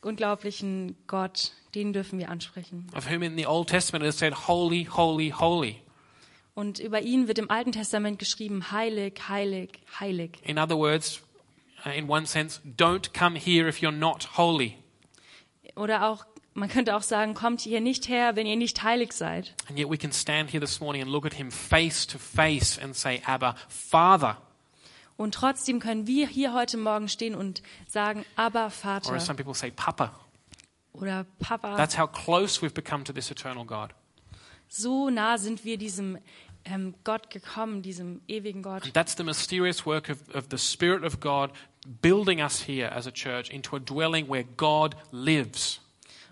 unglaublichen Gott, den dürfen wir ansprechen. of whom in the Old Testament it is said, Holy, holy, holy. Und über ihn wird im Alten Testament geschrieben, heilig, heilig, heilig. In other words, uh, in one sense, don't come here if you're not holy. Oder auch, man könnte auch sagen, kommt hier nicht her, wenn ihr nicht heilig seid. And yet we can stand here this morning and look at him face to face and say, Abba, Father. Und trotzdem können wir hier heute Morgen stehen und sagen, aber Or as Vater some people say, Papa. oder Papa, That's how close we've become to this eternal God. so nah sind wir diesem ähm, Gott gekommen, diesem ewigen And Gott. that's the mysterious work of, of the Spirit of God building us here as a church into a dwelling where God lives.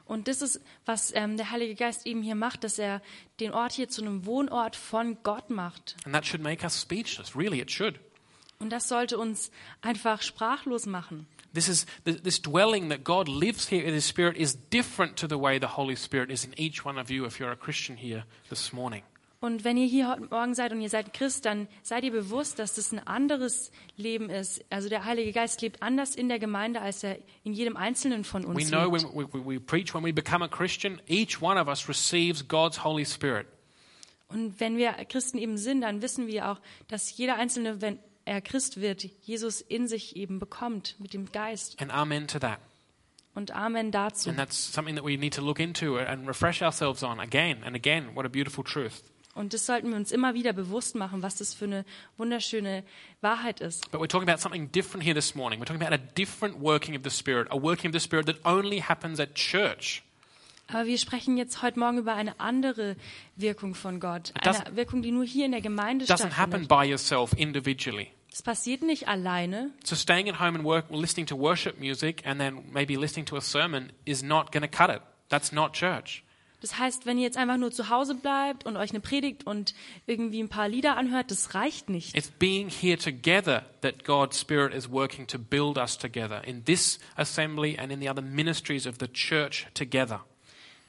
Und das ist, was ähm, der Heilige Geist eben hier macht, dass er den Ort hier zu einem Wohnort von Gott macht. And that should make us speechless. Really, it should. Und das sollte uns einfach sprachlos machen. This is th- this dwelling that God lives here in His Spirit is different to the way the Holy Spirit is in each one of you. If you're a Christian here this morning, Und wenn ihr hier heute Morgen seid und ihr seid Christ, dann seid ihr bewusst, dass das ein anderes Leben ist. Also der Heilige Geist lebt anders in der Gemeinde, als er in jedem Einzelnen von we uns know lebt. when we, we, we preach when we become a Christian, each one of us receives God's Holy Spirit, Und wenn wir Christen eben sind, dann wissen wir auch, dass jeder Einzelne, wenn er Christ wird, Jesus in sich eben bekommt mit dem Geist. and Amen to that. Und Amen dazu. And that's something that we need to look into and refresh ourselves on again and again. What a beautiful truth! Und das sollten wir uns immer wieder bewusst machen, was das für eine wunderschöne Wahrheit ist. But we're talking about something different here this morning. We're talking about a different working of the Spirit, a working of the Spirit that only happens at church. Aber wir sprechen jetzt heute Morgen über eine andere Wirkung von Gott. Das- Eine Wirkung, die nur hier in der Gemeinde It doesn't happen stattfindet. by yourself individually. Es passiert nicht alleine. So staying at home and work, listening to worship music, and then maybe listening to a sermon is not going to cut it. That's not church. Das heißt, wenn ihr jetzt einfach nur zu Hause bleibt und euch eine Predigt und irgendwie ein paar Lieder anhört, das reicht nicht. It's being here together that God's Spirit is working to build us together in this assembly and in the other ministries of the church together.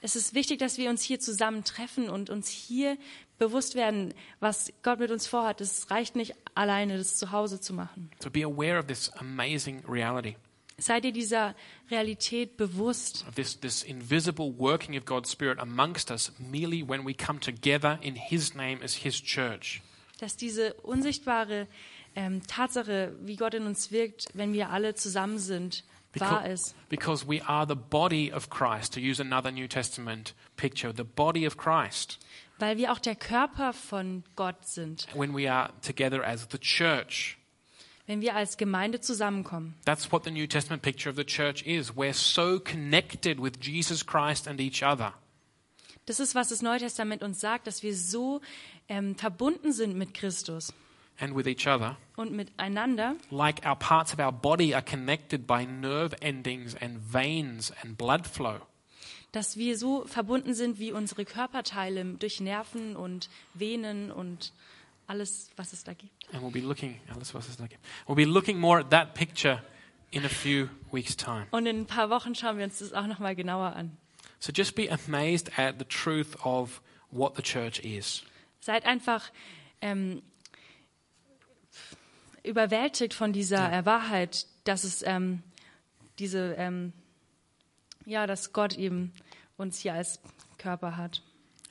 Es ist wichtig, dass wir uns hier zusammentreffen und uns hier bewusst werden, was Gott mit uns vorhat. Es reicht nicht alleine, das zu Hause zu machen. So be aware of this amazing reality, Seid ihr dieser Realität bewusst, of this, this invisible working of God's Spirit amongst us merely when we come together in His name as His church. dass diese unsichtbare ähm, Tatsache, wie Gott in uns wirkt, wenn wir alle zusammen sind, wahr Becau- ist. because we are the body of Christ, to use another New Testament picture, the body of Christ. Weil wir auch der Körper von Gott sind, when we are together as the church. wenn wir als Gemeinde zusammenkommen. That's what the New Testament picture of the church is. We're so connected with Jesus Christ and each other. Das ist, was das Neue Testament uns sagt, dass wir so ähm, verbunden sind mit Christus And with each other, und miteinander, like our parts of our body are connected by nerve endings and veins and blood flow. dass wir so verbunden sind wie unsere Körperteile durch Nerven und Venen und alles, was es da gibt. And we'll be looking, oh, Alice, what's this like? We'll be looking more at that picture in a few weeks' time. Und in ein paar Wochen schauen wir uns das auch nochmal genauer an. So just be amazed at the truth of what the church is. Seid einfach ähm, überwältigt von dieser äh, Wahrheit, dass es ähm, diese, ähm, ja, dass Gott eben uns hier als Körper hat.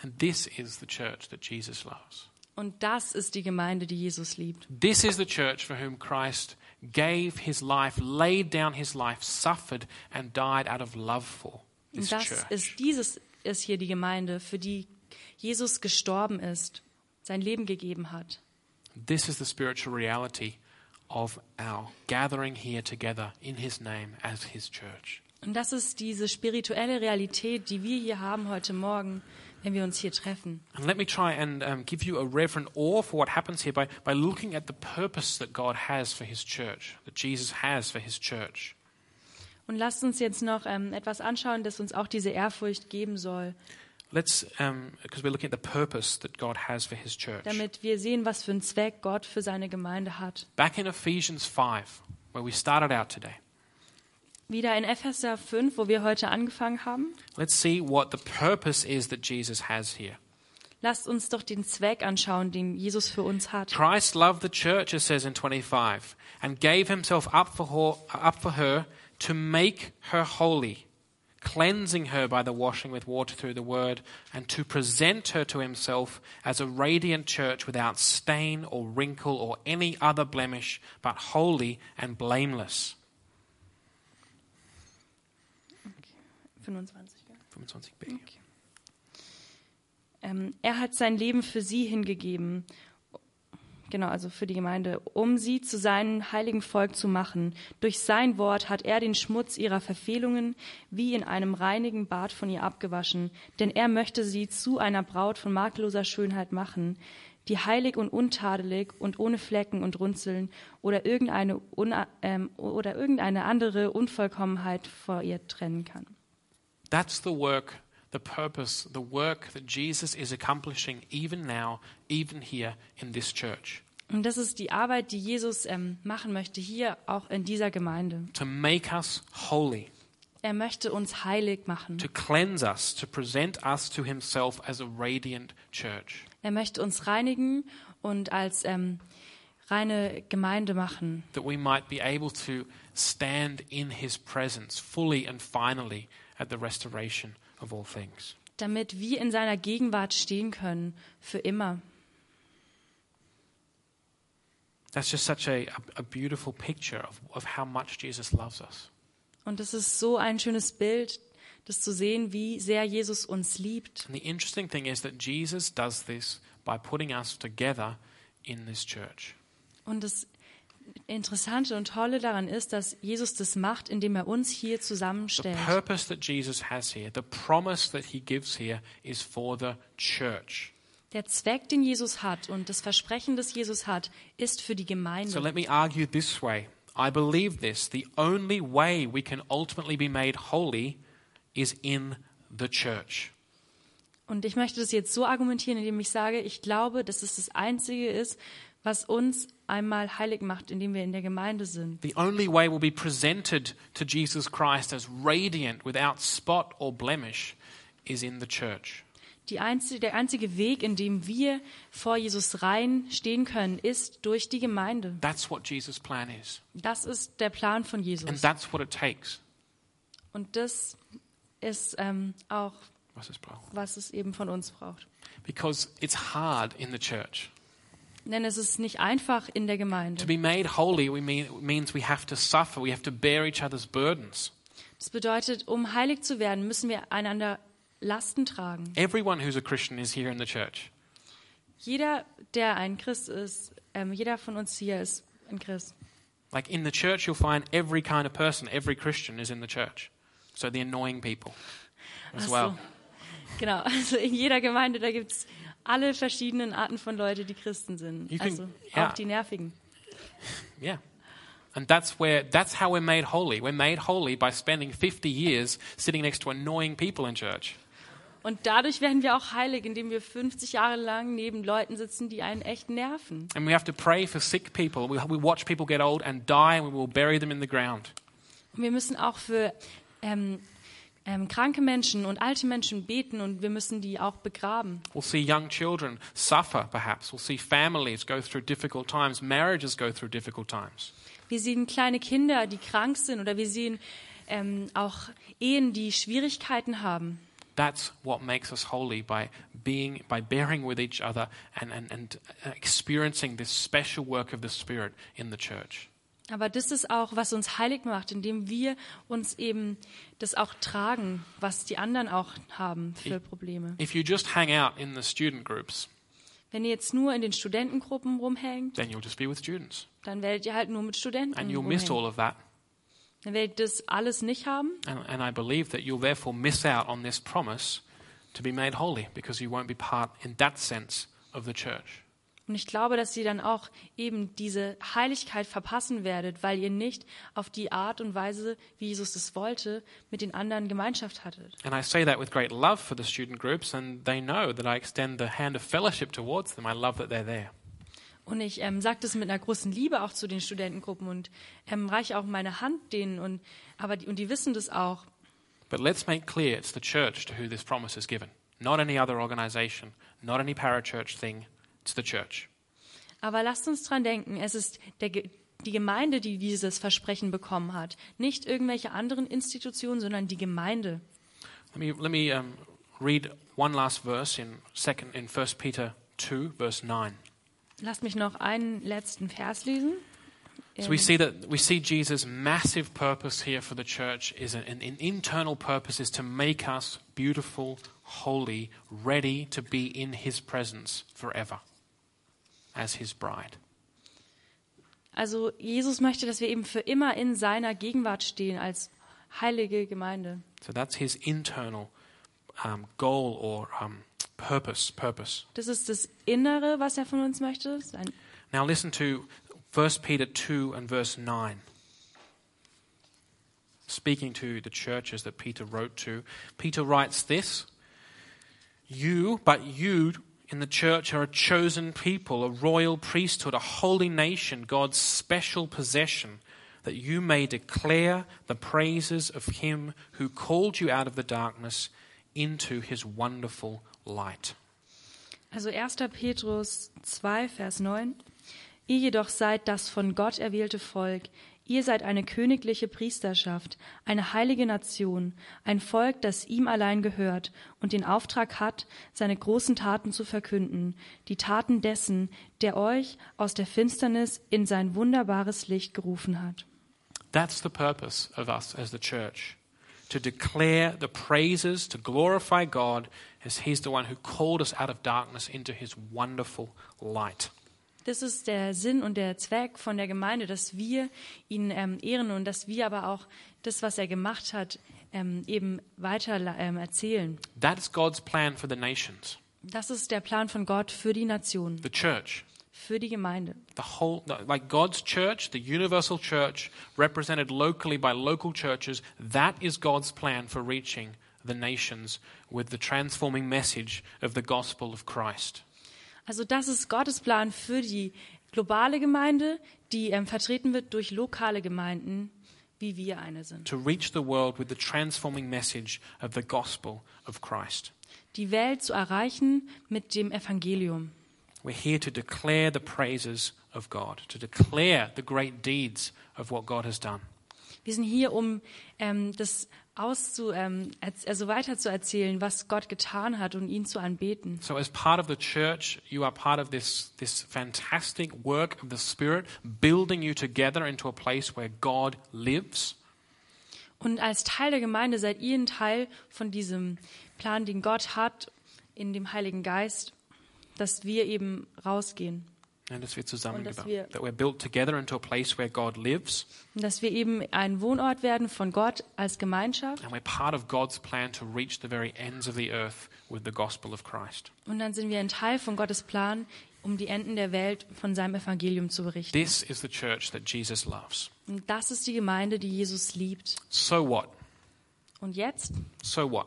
And this is the church that Jesus loves. Und das ist die Gemeinde, die Jesus liebt. This is the church for whom Christ gave his life, laid down his life, suffered, and died out of love for. This Und das church. ist dieses ist hier die Gemeinde, für die Jesus gestorben ist sein Leben gegeben hat. This is the spiritual reality of our gathering here together in His name as His church. Und das ist diese spirituelle Realität, die wir hier haben heute Morgen, wenn wir uns hier treffen. And let me try and um, give you a reverent awe for what happens here by, by looking at the purpose that God has for His church, that Jesus has for His church. Und lasst uns jetzt noch ähm, etwas anschauen, das uns auch diese Ehrfurcht geben soll, Let's, because we're looking at the purpose that God has for His church. damit wir sehen, was für einen Zweck Gott für seine Gemeinde hat. Back in Ephesians 5, where we started out today, Wieder in Epheser 5, wo wir heute angefangen haben. let's see what the purpose is that Jesus has here. Lasst uns doch den Zweck anschauen, den Jesus für uns hat. Christ loved the church, it says in 25, and gave himself up for, her, up for her to make her holy, cleansing her by the washing with water through the word, and to present her to himself as a radiant church without stain or wrinkle or any other blemish, but holy and blameless. 25. ja. 25b. Ähm, er hat sein Leben für sie hingegeben, genau, also für die Gemeinde, um sie zu seinem heiligen Volk zu machen. Durch sein Wort hat er den Schmutz ihrer Verfehlungen wie in einem reinigen Bad von ihr abgewaschen, denn er möchte sie zu einer Braut von makelloser Schönheit machen, die heilig und untadelig und ohne Flecken und Runzeln oder irgendeine, una- ähm, oder irgendeine andere Unvollkommenheit vor ihr trennen kann. That's the work, the purpose, the work that Jesus is accomplishing even now, even here in this church. Und das ist die Arbeit, die Jesus ähm, machen möchte, hier auch in dieser Gemeinde. To make us holy, Er möchte uns heilig machen. to cleanse us, to present us to himself as a radiant church. Er möchte uns reinigen und als ähm, reine Gemeinde machen, That we might be able to stand in his presence fully and finally at the restoration of all things. damit wir in seiner Gegenwart stehen können, für immer. That's just such a, a, a beautiful picture of, of how much Jesus loves us. Und das ist so ein schönes Bild, das zu sehen, wie sehr Jesus uns liebt. And the interesting thing is that Jesus does this by putting us together in this church. Und das Interessante und Tolle daran ist, dass Jesus das macht, indem er uns hier The zusammenstellt. purpose that Jesus has here, the promise that he gives here, is for the church. Der Zweck, den Jesus hat und das Versprechen, das Jesus hat, ist für die So Gemeinde. let me argue this way. I believe this. The only way we can ultimately be made holy is in the church. Und ich möchte das jetzt so argumentieren, indem ich sage, ich glaube, dass es das Einzige ist, was uns einmal heilig macht, indem wir in der Gemeinde sind. The only way we'll be presented to Jesus Christ as radiant, without spot or blemish, is in the church. Die einzige, der einzige Weg, in dem wir vor Jesus rein stehen können, ist durch die Gemeinde. That's what Jesus' plan is. Das ist der Plan von And Jesus. that's what it takes. Und das ist ähm, auch, What's this, bro? was es eben von uns braucht. Because it's hard in the church. Denn es ist nicht einfach in der To Gemeinde. be made holy we mean, means we have to suffer, we have to bear each other's burdens. Das bedeutet, um heilig zu werden, müssen wir einander Lasten tragen. Everyone who's a Christian is here in the church. Jeder, der ein Christ ist, ähm, jeder von uns hier ist ein Christ. Like in the church, you'll find every kind of person, every Christian is in the church. So the annoying people as Ach so. well. Also, Genau, *laughs* also in jeder Gemeinde, da gibt es alle verschiedenen Arten von Leute, die Christen sind. You can- Also ja. auch die Nervigen. Yeah. And that's where that's how we're made holy. We're made holy by spending 50 years sitting next to annoying people in church. Und dadurch werden wir auch heilig, indem wir 50 Jahre lang neben Leuten sitzen, die einen echt nerven. And we have to pray for sick people. We, we watch people get old and die and we will bury them in the ground. Und wir müssen auch für ähm, ähm, kranke Menschen und alte Menschen beten und wir müssen die auch begraben. We'll see young children suffer, perhaps. We'll see families go through difficult times, marriages go through difficult times. Wir sehen kleine Kinder, die krank sind oder wir sehen ähm, auch Ehen, die Schwierigkeiten haben. That's what makes us holy by being, by bearing with each other and, and, and experiencing this special work of the Spirit in the church. Aber das ist auch, was uns heilig macht, indem wir uns eben das auch tragen, was die anderen auch haben für Probleme. If you just hang out in the student groups, Wenn ihr jetzt nur in den Studentengruppen rumhängt, then you'll just be with students. dann werdet ihr halt nur mit Studenten And you'll miss rumhängen. all of that. Dann werdet ihr das alles nicht haben. And, and I believe that you'll therefore miss out on this promise to be made holy because you won't be part, in that sense, of the church. Und ich glaube, dass ihr dann auch eben diese Heiligkeit verpassen werdet, weil ihr nicht auf die Art und Weise, wie Jesus es wollte, mit den anderen Gemeinschaft hattet. And I say that with great love for the student groups, and they know that I extend the hand of fellowship towards them. I love that they're there. Und ich ähm, sage das mit einer großen Liebe auch zu den Studentengruppen und ähm, reiche auch meine Hand denen und aber die, und die wissen das auch. But let's make clear it's the church to who this promise is given, not any other organization, not any parachurch thing. It's the church. Aber lasst uns dran denken, es ist der, Ge- die Gemeinde, die dieses Versprechen bekommen hat, nicht irgendwelche anderen Institutionen, sondern die Gemeinde. Let me, let me um, read one last verse in, second, in 1 Peter 2, verse 9. Lasst mich noch einen letzten Vers lesen. Ähm, So we see that we see Jesus' massive purpose here for the church is an, an internal purpose is to make us beautiful, holy, ready to be in His presence forever, as His bride. Also Jesus möchte, dass wir eben für immer in seiner Gegenwart stehen als heilige Gemeinde. So that's His internal um, goal or um, purpose. Purpose. Das ist das Innere, was er von uns möchte. Sein Now listen to 1 Peter two and verse nine. Speaking to the churches that Peter wrote to, Peter writes this. You, but you in the church are a chosen people, a royal priesthood, a holy nation, God's special possession, that you may declare the praises of him who called you out of the darkness into his wonderful light. Also 1. Petrus 2, Vers 9. Ihr jedoch seid das von Gott erwählte Volk. Ihr seid eine königliche Priesterschaft, eine heilige Nation, ein Volk, das ihm allein gehört und den Auftrag hat, seine großen Taten zu verkünden, die Taten dessen, der euch aus der Finsternis in sein wunderbares Licht gerufen hat. That's the purpose of us as the church to declare the praises, to glorify God as He's the one who called us out of darkness into His wonderful light. Das ist der Sinn und der Zweck von der Gemeinde, dass wir ihn ähm, ehren und dass wir aber auch das, was er gemacht hat, ähm, eben weiter ähm, erzählen. That's God's plan for the nations, Das ist der Plan von Gott für die Nation, the church. für die Gemeinde. the whole like god's church the universal church represented locally by local churches that is god's plan for reaching the nations with the transforming message of the gospel of christ Also das ist Gottes Plan für die globale Gemeinde, die ähm, vertreten wird durch lokale Gemeinden, wie wir eine sind. to reach the world with the transforming message of the gospel of christ Die Welt zu erreichen mit dem Evangelium. we're here to declare the praises of god to declare the great deeds of what god has done Wir sind hier, um ähm, das auszu, ähm, erz- also weiter zu erzählen, was Gott getan hat und ihn zu anbeten. So, as part of the church, you are part of this, this fantastic work of the Spirit, building you together into a place where God lives. Und als Teil der Gemeinde seid ihr ein Teil von diesem Plan, den Gott hat in dem Heiligen Geist, dass wir eben rausgehen And as wir zusammen Und dass gebaut- wir- that we're built together into a place where God lives, und dass wir eben ein Wohnort werden von Gott als Gemeinschaft. and we're part of God's plan to reach the very ends of the earth with the gospel of Christ. Und dann sind wir ein Teil von Gottes Plan, um die Enden der Welt von seinem Evangelium zu berichten. This is the church that Jesus loves. Und das ist die Gemeinde, die Jesus liebt. So what? Und jetzt? So what?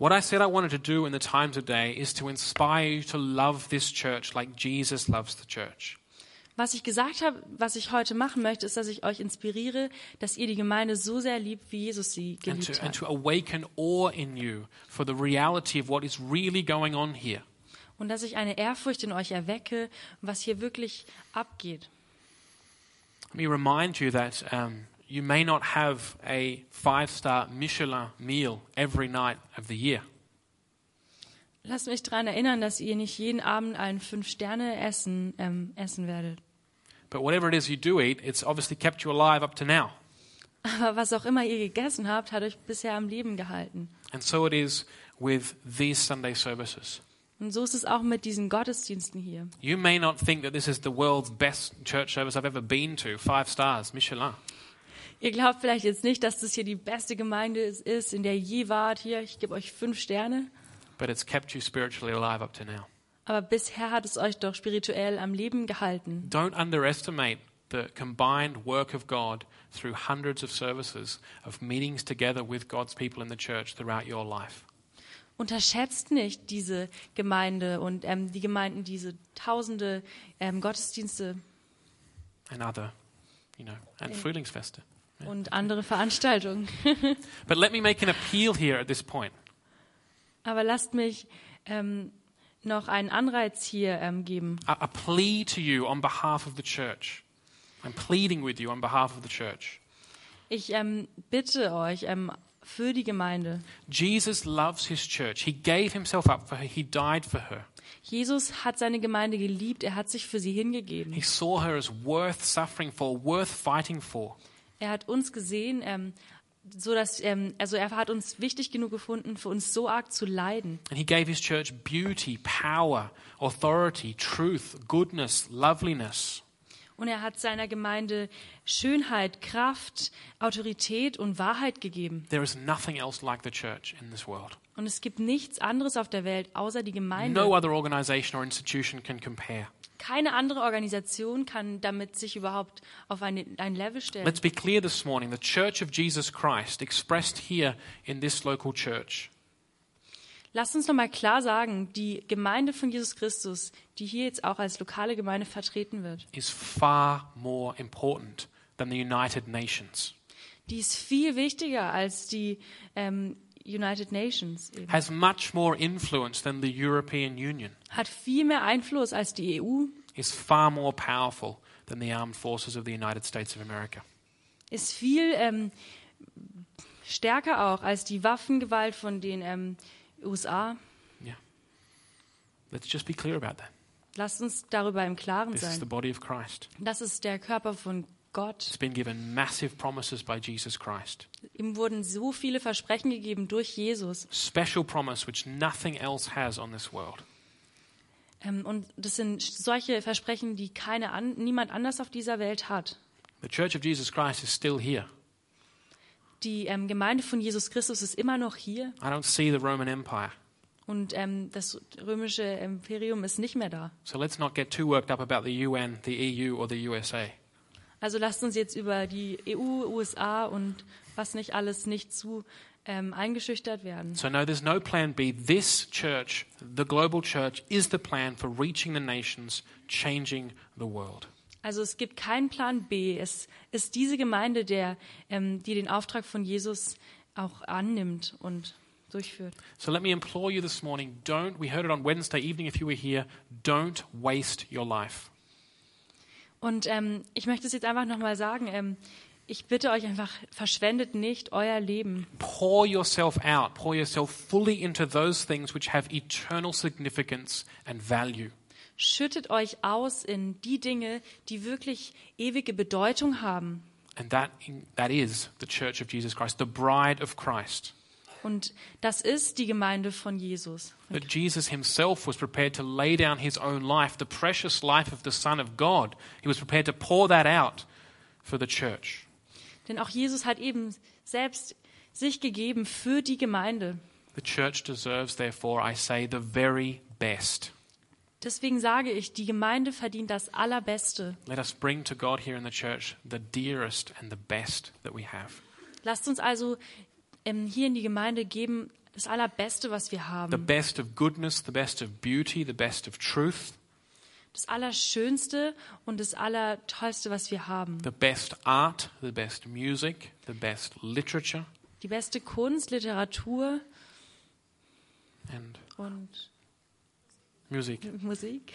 What I said I wanted to do in the time today is to inspire you to love this church like Jesus loves the church. Was ich gesagt habe, was ich heute machen möchte, ist, dass ich euch inspiriere, dass ihr die Gemeinde so sehr liebt, wie Jesus sie and geliebt to, and hat. to awaken awe in you for the reality of what is really going on here. Und dass ich eine Ehrfurcht in euch erwecke, was hier wirklich abgeht. Let me remind you that um, you may not have a five star Michelin meal every night of the year, Lasst mich daran erinnern, dass ihr nicht jeden Abend ein Fünf-Sterne-Essen ähm, essen werdet. *laughs* but whatever it is you do eat, it's obviously kept you alive up to now. Aber was auch immer ihr gegessen habt, hat euch bisher am Leben gehalten. And so it is with these Sunday services. Und so ist es auch mit diesen Gottesdiensten hier. You may not think that this is the world's best church service I've ever been to, five stars, Michelin. Ihr glaubt vielleicht jetzt nicht, dass das hier die beste Gemeinde ist- ist, in der ihr je wart. Hier, ich gebe euch fünf Sterne. But it's kept you spiritually alive up to now. Aber bisher hat es euch doch spirituell am Leben gehalten. Don't underestimate the combined work of God through hundreds of services, of meetings together with God's people in the church throughout your life. Unterschätzt nicht diese Gemeinde und ähm, die Gemeinden, diese tausende ähm, Gottesdienste and other, you know, and Frühlingsfeste. und andere Veranstaltungen. But let me make an appeal here at this point. Aber lasst mich ähm, noch einen Anreiz hier ähm, geben. A, a plea to you on behalf of the church. I'm pleading with you on behalf of the church. Ich ähm, bitte euch ähm, für die Gemeinde. Jesus loves his church. He gave himself up for her. He died for her. Jesus hat seine Gemeinde geliebt, er hat sich für sie hingegeben. He saw her as worth suffering for, worth fighting for. Er hat uns gesehen, ähm, so dass, ähm, also er hat uns wichtig genug gefunden, für uns so arg zu leiden. And he gave his church beauty, power, authority, truth, goodness, loveliness. Und er hat seiner Gemeinde Schönheit, Kraft, Autorität und Wahrheit gegeben. There is nothing else like the church in this world. Und es gibt nichts anderes auf der Welt außer die Gemeinde. No other organization or institution can compare. Keine andere Organisation kann damit sich überhaupt auf ein, ein Level stellen. Let's be clear this morning. The Church of Jesus Christ, expressed here in this local church, Lasst uns nochmal klar sagen, die Gemeinde von Jesus Christus, die hier jetzt auch als lokale Gemeinde vertreten wird, is far more important than the United Nations, die ist viel wichtiger als die ähm, United Nations, eben. has much more influence than the European Union, hat viel mehr Einfluss als die E EU, is far more powerful than the armed forces of the United States of America. ist viel ähm, stärker auch als die Waffengewalt von den ähm, USA. Yeah. Let's just be clear about that. Lasst uns darüber im Klaren This is the sein. body of Christ. Das ist der Körper von Gott. It's been given massive promises by Jesus Christ, Ihm wurden so viele Versprechen gegeben durch Jesus. special promise which nothing else has on this world. Ähm, und das sind solche Versprechen, die keine an, niemand anders auf dieser Welt hat. The Church of Jesus Christ is still here. Die ähm, Gemeinde von Jesus Christus ist immer noch hier I don't see the Roman Empire. und ähm, das römische Imperium ist nicht mehr da. So let's not get too worked up about the UN, the EU, or the USA. Also lasst uns jetzt über die E EU, USA und was nicht alles nicht zu ähm, eingeschüchtert werden. So, no, there's no plan B. This church, the global church, is the plan for reaching the nations, changing the world. Also es gibt keinen Plan B. Es ist diese Gemeinde, der, ähm, die den Auftrag von Jesus auch annimmt und durchführt. So, let me implore you this morning don't, we heard it on Wednesday evening if you were here, don't waste your life. Und ähm, ich möchte es jetzt einfach nochmal sagen. Ähm, ich bitte euch einfach, verschwendet nicht euer Leben. Pour yourself out, pour yourself fully into those things which have eternal significance and value. Schüttet euch aus in die Dinge, die wirklich ewige Bedeutung haben. And that, that is the church of Jesus Christ, the bride of Christ. Und das ist die Gemeinde von Jesus. That Jesus himself was prepared to lay down his own life, the precious life of the Son of God. He was prepared to pour that out for the church. Denn auch Jesus hat eben selbst sich gegeben für die Gemeinde. The church deserves, therefore, I say, the very best. Deswegen sage ich, die Gemeinde verdient das Allerbeste. Let us bring to God here in the church the dearest and the best that we have. Lasst uns also ähm, hier in die Gemeinde geben das Allerbeste, was wir The haben. best of goodness, the best of beauty, the best of truth, Das Allerschönste und das Allertollste, was wir haben. the best art, the best music, the best literature, Die beste Kunst, Literatur and und music. Musik.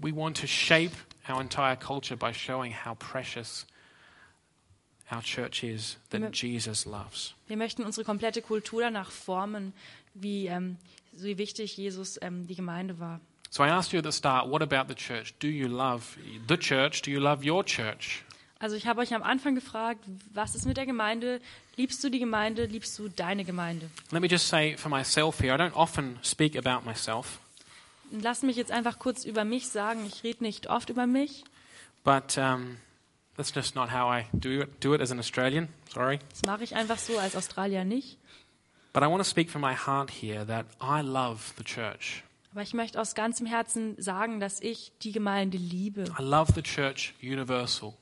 We want to shape our entire culture by showing how precious our church is that Amen. Jesus loves. Wir möchten unsere komplette Kultur danach formen, wie, ähm, so wie wichtig Jesus ähm, die Gemeinde war. So I asked you at the start, what about the church? Do you love the church? Do you love your church? Also ich habe euch am Anfang gefragt, was ist mit der Gemeinde? Liebst du die Gemeinde? Liebst du deine Gemeinde? Let me just say for myself here, I don't often speak about myself, Lass mich jetzt einfach kurz über mich sagen. Ich rede nicht oft über mich. but um, that's just not how I do it, do it as an Australian. Sorry. Das mache ich einfach so als Australier nicht. But I want to speak from my heart here that I love the church. Aber ich möchte aus ganzem Herzen sagen, dass ich die Gemeinde liebe. I love the church universal.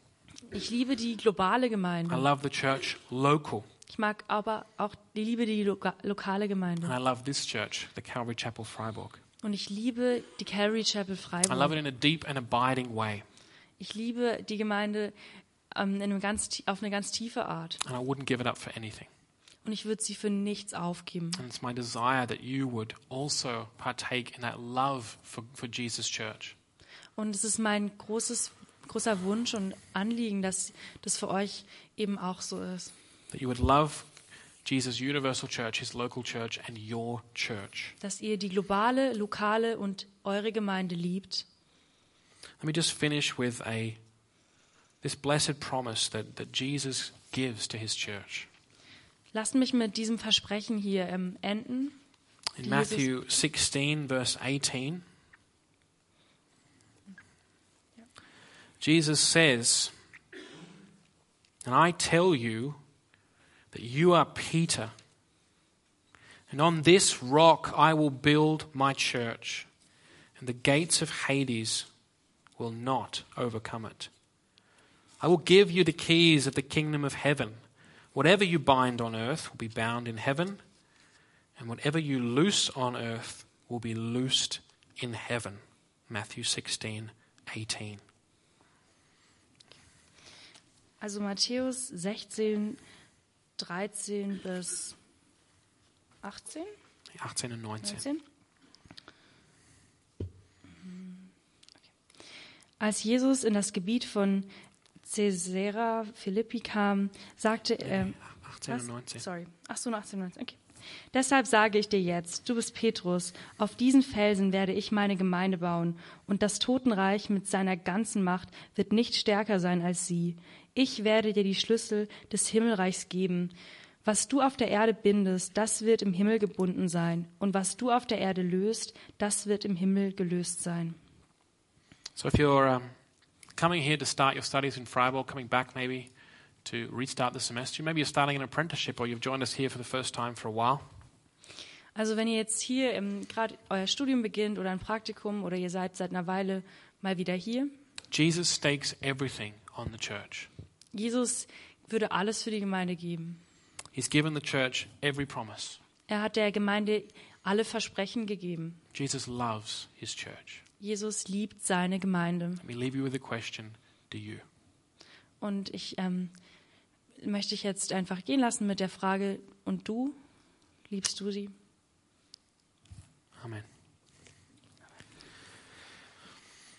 Ich liebe die globale I Gemeinde. love the church local. Ich mag aber auch, ich liebe die loka lokale And I Gemeinde. love this church, the Calvary Chapel Freiburg. Und ich liebe die Calvary Chapel I love it Freiburg. in a deep and abiding way. Ich liebe die Gemeinde ähm, in einem ganz, tie- auf eine ganz tiefe Art. And I wouldn't give it up for anything. Und ich würde sie für nichts aufgeben. And it's my desire that you would also partake in that love for, for Jesus' church. Und es ist mein großes, großer Wunsch und Anliegen, dass das für euch eben auch so ist. That you would love Jesus' universal church, his local church, and your church. Dass ihr die globale, lokale und eure Gemeinde liebt. Let me just finish with a this blessed promise that, that Jesus gives to his church. Lasst mich mit diesem Versprechen hier ähm, enden. In Jesus- Matthew 16, verse 18, Jesus says, And I tell you that you are Peter, and on this rock I will build my church, and the gates of Hades will not overcome it. I will give you the keys of the kingdom of heaven. Whatever you bind on earth will be bound in heaven. And whatever you loose on earth will be loosed in heaven. Matthew 16, 18. Also Matthäus 16, 13 bis 18, 18 and 19. 19. Mhm. Als Jesus in das Gebiet von Caesarea Philippi kam, sagte er, 18 und Was? 19. Sorry. Ach so, 18 und 19. Okay. Deshalb sage ich dir jetzt, du bist Petrus, auf diesen Felsen werde ich meine Gemeinde bauen und das Totenreich mit seiner ganzen Macht wird nicht stärker sein als sie. Ich werde dir die Schlüssel des Himmelreichs geben. Was du auf der Erde bindest, das wird im Himmel gebunden sein und was du auf der Erde löst, das wird im Himmel gelöst sein. So if you're um, coming here to start your studies in Freiburg, coming back maybe to restart the semester, maybe you're starting an apprenticeship or you've joined us here for the first time for a while, Also wenn ihr jetzt hier ähm, gerade euer Studium beginnt oder ein Praktikum oder ihr seid seit einer Weile mal wieder hier, Jesus stakes everything on the church. Jesus würde alles für die Gemeinde geben. He's given the church every promise. Er hat der Gemeinde alle Versprechen gegeben. Jesus loves his church. Jesus liebt seine Gemeinde. Let me leave you with a question Do you? Und ich ähm, möchte ich jetzt einfach gehen lassen mit der Frage, und du, liebst du sie? Amen.